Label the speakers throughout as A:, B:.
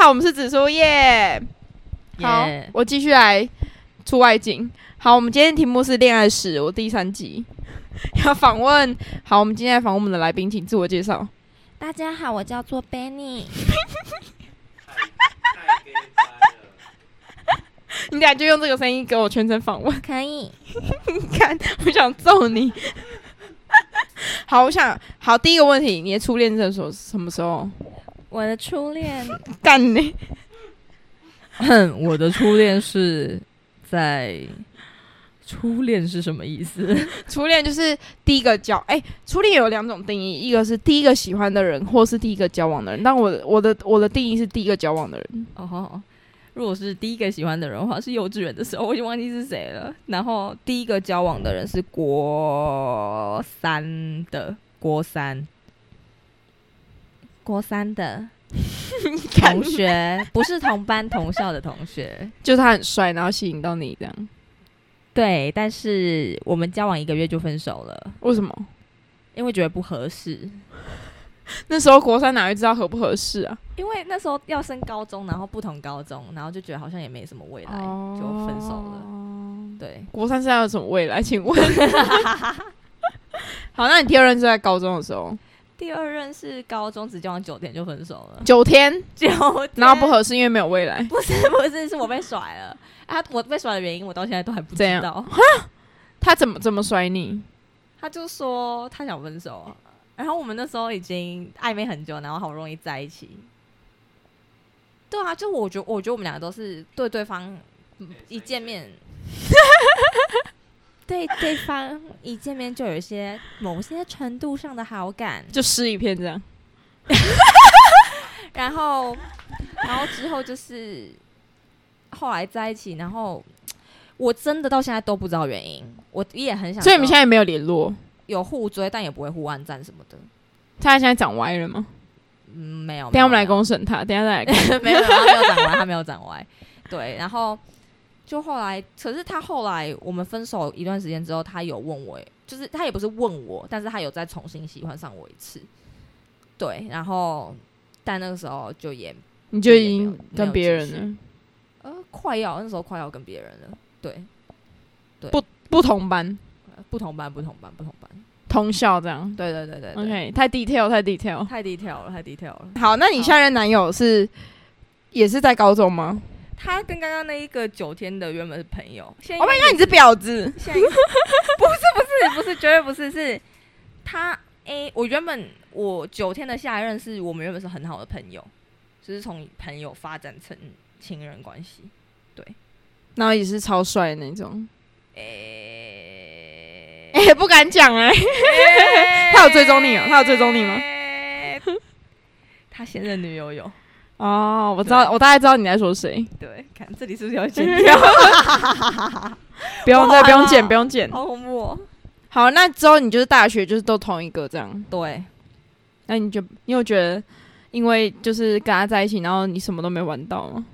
A: 好，我们是紫苏耶。好
B: 耶，
A: 我继续来出外景。好，我们今天题目是恋爱史，我第三集 要访问。好，我们今天来访问我们的来宾，请自我介绍。
C: 大家好，我叫做 Benny。
A: 你俩就用这个声音给我全程访问，
C: 可以，
A: 看，我想揍你。 好，我想好第一个问题，你的初恋是什么什么时候？
C: 我的初恋，
A: 干你！
B: 哼， 我的初恋是在。初恋是什么意思？
A: 初恋就是第一个交，哎、初恋有两种定义，一个是第一个喜欢的人，或是第一个交往的人。但我的我的我的定义是第一个交往的 人。
B: 哦吼，如果是第一个喜欢的人的话，是幼稚园的时候，我已经忘记是谁了。然后第一个交往的人是国三的，国三国三的同学，不是同班同校的同学。
A: 就他很帅，然后吸引到你这样，
B: 对，但是我们交往一个月就分手了，
A: 为什么？
B: 因为觉得不合适。
A: 那时候国三哪会知道合不合适啊？
B: 因为那时候要升高中，然后不同高中，然后就觉得好像也没什么未来，
A: 哦
B: 就分手了。
A: 了。
B: 对，
A: 哦国三现在有什么未来？请问？ 好，那你第二任是在高中的时候，
B: 第二任是高中只交往九天就分手 了，
A: 九天，
B: 九天，
A: 然后不合适，因为没有未来。
B: 不是不是，是我被甩了啊！我被甩的原因，我到现在都还不
A: 怎
B: 知
A: 样
B: 道。
A: 他怎么怎么甩你？
B: 他就说他想分手啊，然后我们那时候已经暧昧很久，然后好不容易在一起。对啊，就我觉我觉得我们两个都是对对方嗯一见面， 对对方一见面就有一些某些程度上的好感，
A: 就湿一片这样。
B: 然后，然后之后就是后来在一起，然后我真的到现在都不知道原因，我也很想。
A: 所以你们现在没有联络？
B: 有互追，但也不会互暗战什么的。
A: 他现在长歪了吗？
B: 嗯，没有。
A: 等一下我们来
B: 公，
A: 公审他，等一下再来公审。
B: 没有，他没有长歪，他没有长歪。对，然后就后来，可是他后来我们分手一段时间之后，他有问我，就是他也不是问我，但是他有再重新喜欢上我一次。对，然后但那个时候就也
A: 你就已经跟别人
B: 没有
A: 了，
B: 呃快要那时候快要跟别人了，对，
A: 不同班、
B: 呃不同班，不同班，不同班。
A: 同校这样。
B: 对对对对对
A: OK，太 detail，太 detail。
B: 太低调了，太低调了。
A: 好，那你现任男友是也是在高中吗？
B: 他跟刚刚那一个九天的原本是朋友，现在
A: Oh my god，你是婊子！
B: 现在 不是不是不是，绝对不是，是他诶、我原本我九天的下一任是我们原本是很好的朋友，就是从朋友发展成情人关系。
A: 然后也是超帅的那种，
B: 诶、
A: 哎、不敢讲哎、他有追踪你哦他有追踪你吗
B: 诶？他现任女友有，
A: 哦，我知道，
B: 对
A: 我大概知道你在说谁，
B: 对，看这里是不是要剪掉？
A: 不用再
B: 哇
A: 不用剪，不用剪。
B: 好恐怖、哦！
A: 好，那之后你就是大学就是都同一个这样，
B: 对，
A: 那你就你有觉得因为就是跟他在一起，然后你什么都没玩到吗？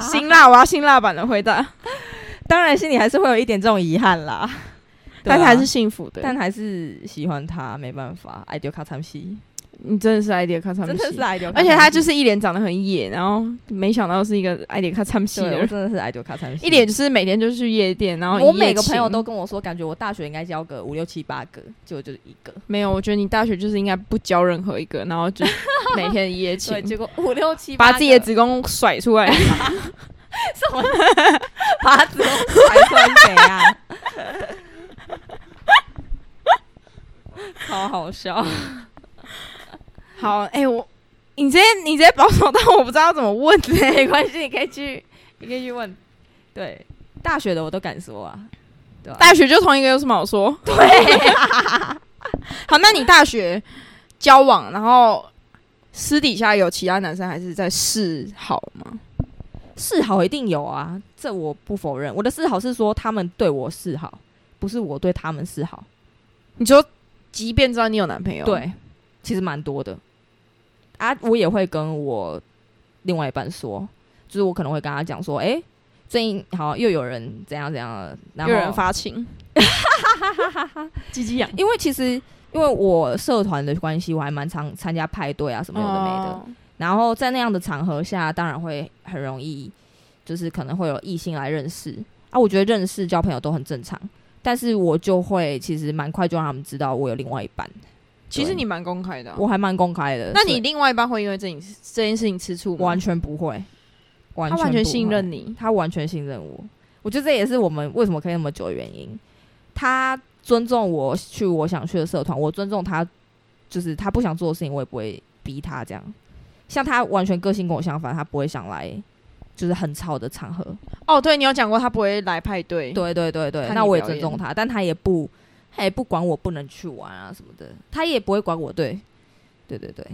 A: 辛辣，我要辛辣版的回答，
B: 当然心里还是会有一点这种遗憾啦，
A: 但是
B: 对啊
A: 还是幸福的。
B: 但还是喜欢他，没办法，爱丢卡参西，
A: 你真的是爱迪卡唱
B: 真的是爱丢，
A: 而且他就是一脸长得很野，然后没想到是一个爱点看唱戏
B: 对
A: 的
B: 我
A: 人，
B: 真的是爱丢卡参 西，
A: 一脸就是每天就去夜店，然后
B: 我
A: 一夜
B: 每个
A: 情
B: 朋友都跟我说，感觉我大学应该交个五六七八个，结果就是一个，
A: 没有。我觉得你大学就是一应该不交任何一个，然后就每天一夜情
B: 对，，结果五六七八
A: 把
B: 个
A: 自己的子宫甩出来。
B: 什么 把子还算谁啊？ 超好笑，
A: 好， 哎、我你直接你直接保守到我不知道怎么问呢、
B: 没关系，你可以去，你可以去问。对，大学的我都敢说啊，对吧？
A: 大学就同一个有什么好说？对、 好，那你大学交往，然后私底下有其他男生还是在示好吗？
B: 示好一定有啊，这我不否认。我的示好是说他们对我示好，不是我对他们示好。
A: 你说，即便知道你有男朋友，。
B: 对，其实蛮多的啊，我也会跟我另外一半说，就是我可能会跟他讲说，哎、最近好像又有人怎样怎样了，然后
A: 有人发情，鸡鸡痒。
B: 因为其实因为我社团的关系，我还蛮常参加派对啊什么有的没的。
A: 哦
B: 然后在那样的场合下，当然会很容易，就是可能会有异性来认识啊。我觉得认识交朋友都很正常，但是我就会其实蛮快就让他们知道我有另外一半，
A: 其实
B: 对
A: 你蛮公开的啊、
B: 我还蛮公开的。
A: 那你
B: 所以
A: 另外一半会因为这件这件事情吃醋吗？
B: 完全不会，完
A: 他
B: 全
A: 完全
B: 不会
A: 信任你，
B: 他完全信任我。我觉得这也是我们为什么可以那么久的原因。他尊重我去我想去的社团，我尊重他，就是他不想做的事情，我也不会逼他这样。像他完全个性跟我相反，他不会想来就是很吵的场合。
A: 哦，对你有讲过他不会来派对，
B: 对对对对
A: 看，你
B: 那我也
A: 表
B: 尊
A: 演
B: 重他，但他也不他也不管我不能去玩啊什么的，他也不会管我。对，对对对，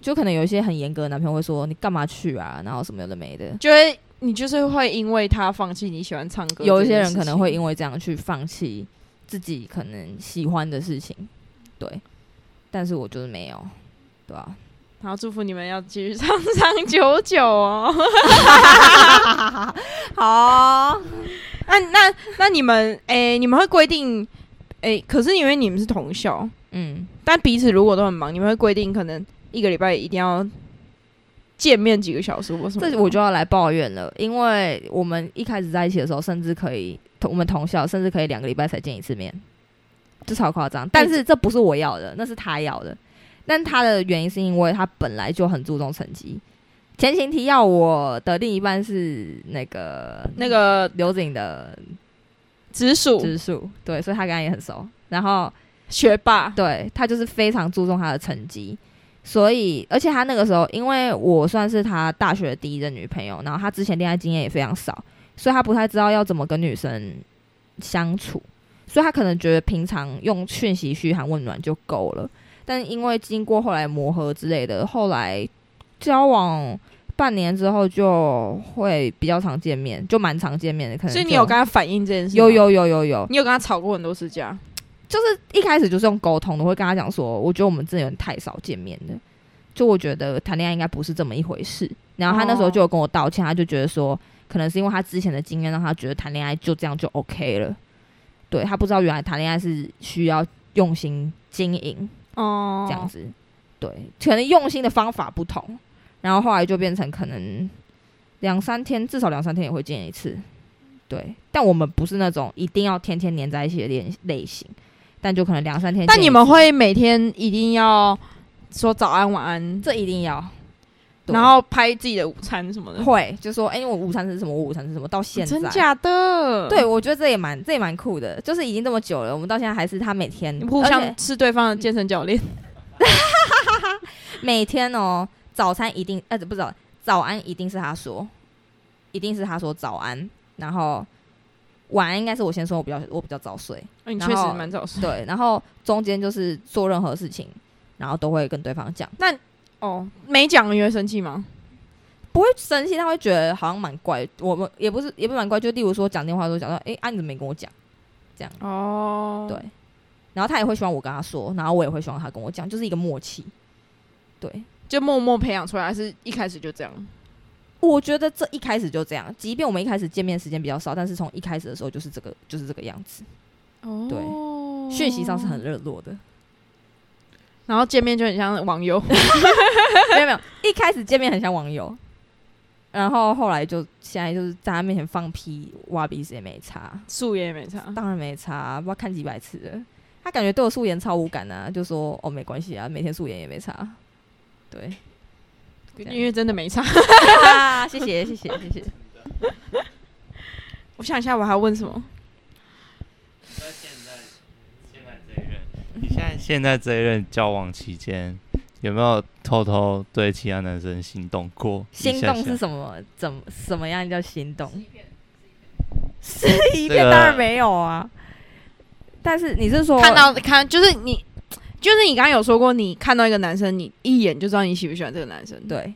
B: 就可能有一些很严格的男朋友会说你干嘛去啊，然后什么有的没的。
A: 就会你就是会因为他放弃你喜欢唱歌，
B: 有一些人可能会
A: 因
B: 因为这样去放弃自己可能喜欢的事情，对。但是我就是没有，对啊吧、
A: 然后祝福你们要继续长长久久哦。
B: 好，啊
A: 那那那你们诶、你们会规定诶、可是因为你们是同校，
B: 嗯，
A: 但彼此如果都很忙，你们会规定可能一个礼拜一定要见面几个小时或什么的吗？
B: 这我就要来抱怨了，因为我们一开始在一起的时候，甚至可以同我们同校，甚至可以两个礼拜才见一次面，这超夸张。但是这不是我要的，那是他要的。但他的原因是因为他本来就很注重成绩。前情提要，我的另一半是那个
A: 那个
B: 刘子颖的
A: 直属
B: 直属，对，所以他跟他也很熟。然后
A: 学霸，
B: 对他就是非常注重他的成绩，所以而且他那个时候，因为我算是他大学的第一任女朋友，然后他之前恋爱经验也非常少，所以他不太知道要怎么跟女生相处，所以他可能觉得平常用讯息嘘寒问暖就够了。但因为经过后来磨合之类的，后来交往半年之后就会比较常见面，就蛮常见面的。可能
A: 所以你
B: 就
A: 有跟他反映这件事？
B: 有，有有有有，
A: 你有跟他吵过很多次架？
B: 就是一开始就是用沟通的，我会跟他讲说，我觉得我们真的有点太少见面了，就我觉得谈恋爱应该不是这么一回事。然后他那时候就有跟我道歉，他就觉得说，可能是因为他之前的经验让他觉得谈恋爱就这样就 OK 了，对他不知道原来谈恋爱是需要用心经营
A: 哦
B: 这样子，对，可能用心的方法不同，然后后来就变成可能两三天，至少两三天也会见一次，对，但我们不是那种一定要天天黏在一起的类类型，但就可能两三天见一次。
A: 但你们会每天一定要说早安晚安，
B: 这一定要，对
A: 然后拍自己的午餐什么的，哦
B: 会就说，哎、我午餐吃什么？我午餐吃什么？到现在，
A: 真假的？
B: 对，，我觉得这也蛮这也蛮酷的，就是已经这么久了，我们到现在还是他每天
A: 你们互
B: 而且
A: 相是对方的健身教练，
B: 每天哦，早餐一定呃不是早早安一定是他说，一定是他说早安，然后晚安应该是我先说，我比较我比较早睡，
A: 哎你
B: 嗯然
A: 确实
B: 后
A: 蛮早睡。
B: 对，然后中间就是做任何事情，然后都会跟对方讲，
A: 哦，没讲你会生气吗？
B: 不会生气，他会觉得好像蛮怪，我们也不是也不是蛮怪，就例如说讲电话的时候讲到，哎、啊你怎么没跟我讲？
A: 哦，
B: 对，然后他也会希望我跟他说，然后我也会希望他跟我讲，就是一个默契，对。
A: 就默默培养出来，还是一开始就这样？
B: 我觉得这一开始就这样，即便我们一开始见面时间比较少，但是从一开始的时候就是这个就是这个样子，
A: 哦对
B: 讯息上是很，热络的。
A: 然后见面就很像网 友，
B: 没有没有，一开始见面很像网友，然后后来就现在就是在他面前放屁挖鼻屎也没差，
A: 素颜也没差。
B: 当然没差，不知道看几百次了。他感觉对我素颜超无感啊，就说哦没关系啊，每天素颜也没差。对，
A: 因为真的没差，
B: 啊， 谢谢谢谢谢谢。
A: 我想一下我还要问什么？
D: 你现在现在这一任交往期间，有没有偷偷对其他男生心动过？
B: 心
D: 一下
B: 动
D: 下
B: 是什么？怎么什么样叫心动？是一
D: 这
B: 片
D: 个
B: 当然没有啊。但是你是说
A: 看到看就是你，就是你刚刚有说过，你看到一个男生，你一眼就知道你喜不喜欢这个男生。，
B: 对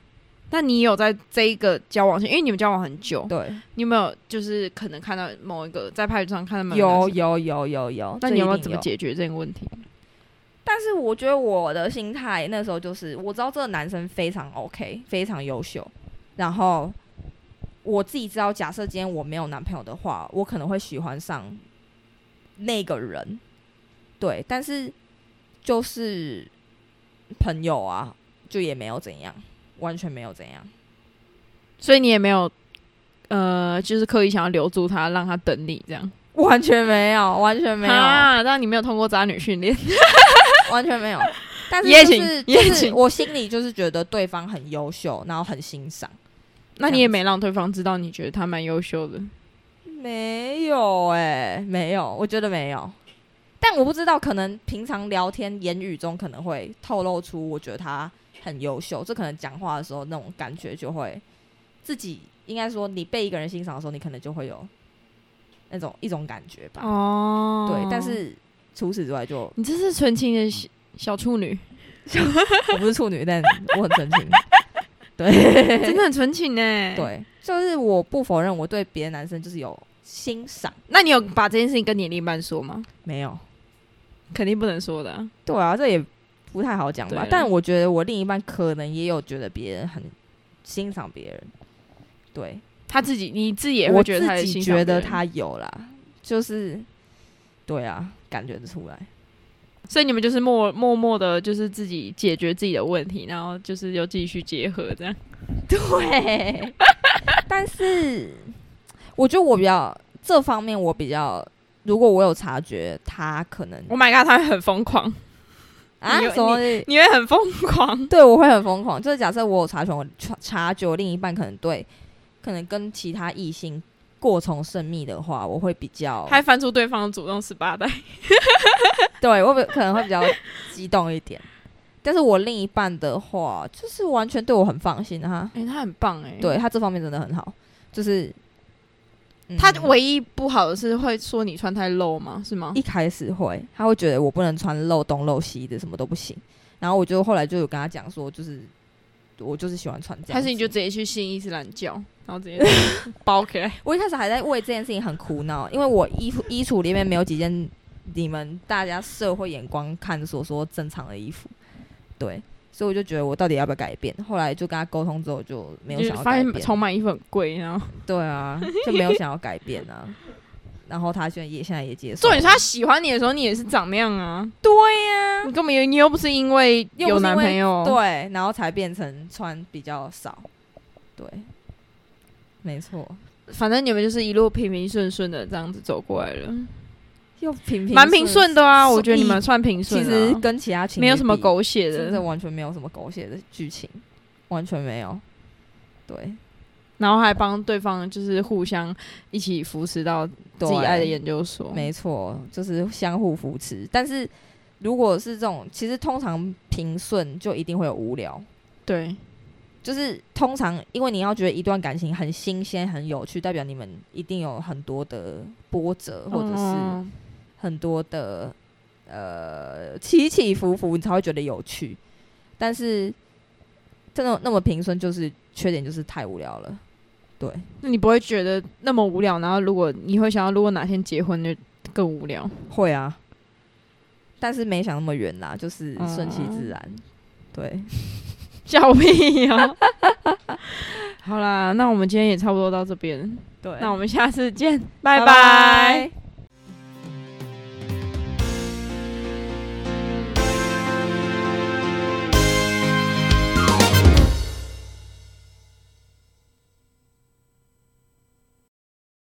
A: 那你有在这一个交往前，因为你们交往很久，
B: 对
A: 你有没有就是可能看到某一个在派对上看到某一个男
B: 有
A: 生？
B: 有有有有，
A: 嗯那
B: 这
A: 你有
B: 一
A: 没有
B: 定
A: 怎么解决这个问题？
B: 但是我觉得我的心态那时候就是，我知道这个男生非常 OK，非常优秀，然后我自己知道，假设今天我没有男朋友的话，我可能会喜欢上那个人，对，但是就是朋友啊，就也没有怎样，完全没有怎样。
A: 所以你也没有，呃，就是刻意想要留住他，让他等你这样，
B: 完全没有，完全没有，
A: 啊，让你没有通过渣女训练，
B: 完全没有。但是
A: 也
B: 就
A: 请
B: 是就
A: 也
B: 是
A: 请
B: 我心里就是觉得对方很优秀，然后很欣赏。
A: 那你也没让对方知道你觉得他蛮优秀的，
B: 没有哎、没有，我觉得没有。但我不知道，可能平常聊天言语中可能会透露出，我觉得他很优秀。这可能讲话的时候那种感觉就会自己应该说，你被一个人欣赏的时候，你可能就会有那种一种感觉吧。
A: 哦
B: 对，但是除此之外就
A: 你这是纯情的小小处女，
B: 我不是处女，但我很纯情。对，
A: 真的很纯情呢。，
B: 对，就是我不否认我对别的男生就是有欣赏，
A: 那你有把这件事情跟你另一半说吗？
B: 没有。
A: 肯定不能说的啊、
B: 对啊，这也不太好讲
A: 对
B: 吧
A: 啊。
B: 但我觉得我另一半可能也有觉得别人很欣赏别人，对，
A: 他自己你自己也
B: 我
A: 会觉得他
B: 自
A: 也
B: 己
A: 欣赏
B: 觉
A: 别
B: 得
A: 人
B: 他有啦，就是对啊，感觉得出来。
A: 所以你们就是默默默的，就是自己解决自己的问题，然后就是又继续结合这样。
B: 对，但是我觉得我比较这方面我比较，如果我有察觉他可能
A: Oh my god，他会很疯狂，
B: 啊
A: 你有
B: 什么。
A: 你会很疯 狂。
B: 对，我会很疯狂。就是假设我有察觉，我察察觉我另一半可能对，可能跟其他异性过从甚密的话，我会比较，
A: 还翻出对方的祖宗十八代，
B: 对我会可能会比较激动一点。但是我另一半的话，就是完全对我很放心哈，
A: 哎、他很棒哎、
B: 对他这方面真的很好，就是、嗯
A: 他唯一不好的是会说你穿太露吗？是吗？
B: 一开始会，他会觉得我不能穿露东露西的，什么都不行。然后我就后来就有跟他讲说，就是我就是喜欢穿这样子。
A: 还是你就直接去信伊斯兰教，然后直 接包起来？
B: 我一开始还在为这件事情很苦恼，因为我衣服 衣橱里面没有几件你们大家社会眼光看所说正常的衣服，对，所以我就觉得我到底要不要改变。后来就跟他沟通之后就没有
A: 就
B: 想要
A: 发
B: 改
A: 现
B: 变，
A: 充满衣服很贵，然后
B: 对啊，就没有想要改变啊。 然后他现在也现在也接受
A: 重
B: 了，
A: 点是他喜欢你的时候，你也是长那样啊。
B: 对呀、
A: 你根本你又不是因为
B: 又不是因
A: 有
B: 为
A: 男朋友，
B: 哦对，然后才变成穿比较少，对，没错，
A: 反正你们就是一路平平顺顺的这样子走过来了，
B: 又平平
A: 蛮平顺的啊。我觉得你们
B: 顺
A: 算平顺、
B: 其
A: 啊，
B: 实跟其他情
A: 没有
B: 侣
A: 什么
B: 比
A: 狗血
B: 真的
A: 的，
B: 完全没有什么狗血的剧情，完全没有。对，
A: 然后还帮对方就是互相一起扶持到自
B: 对
A: 己爱的研究所。
B: 没错，就是相互扶持。但是如果是这种，其实通常平顺就一定会有无聊。
A: 对，
B: 就是通常，因为你要觉得一段感情很新鲜、很有趣，代表你们一定有很多的波折，或者是
A: 嗯
B: 很多的呃起起伏伏，你才会觉得有趣。但是真的那么平顺，就是缺点就是太无聊了。对，
A: 那你不会觉得那么无聊？然后如果你会想要，如果哪天结婚就更无聊。
B: 会啊，但是没想那么远啦，就是顺
A: 嗯
B: 其自然。对，
A: 笑屁哦！ 好啦，那我们今天也差不多到这边，
B: 对
A: 那我们下次见，
B: 拜
A: 拜拜